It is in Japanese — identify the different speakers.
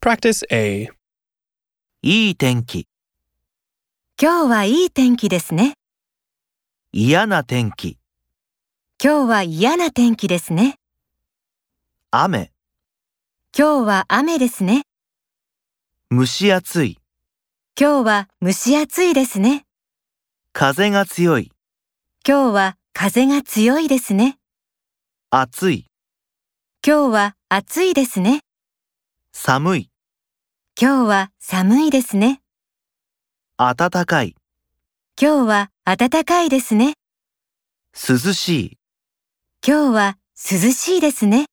Speaker 1: Practice A.
Speaker 2: いい天気、
Speaker 3: 今日はいい天気ですね。
Speaker 2: 嫌な天気、
Speaker 3: 今日は嫌な天気ですね。
Speaker 2: 雨、
Speaker 3: 今日は雨ですね。
Speaker 2: 蒸し暑い、
Speaker 3: 今日は蒸し暑いですね。
Speaker 2: 風が強い、
Speaker 3: 今日は風が強いですね。
Speaker 2: 暑い、
Speaker 3: 今日は暑いですね。
Speaker 2: 寒い、
Speaker 3: 今日は寒いですね。
Speaker 2: 暖かい、
Speaker 3: 今日は暖かいですね。
Speaker 2: 涼しい。
Speaker 3: 今日は涼しいですね。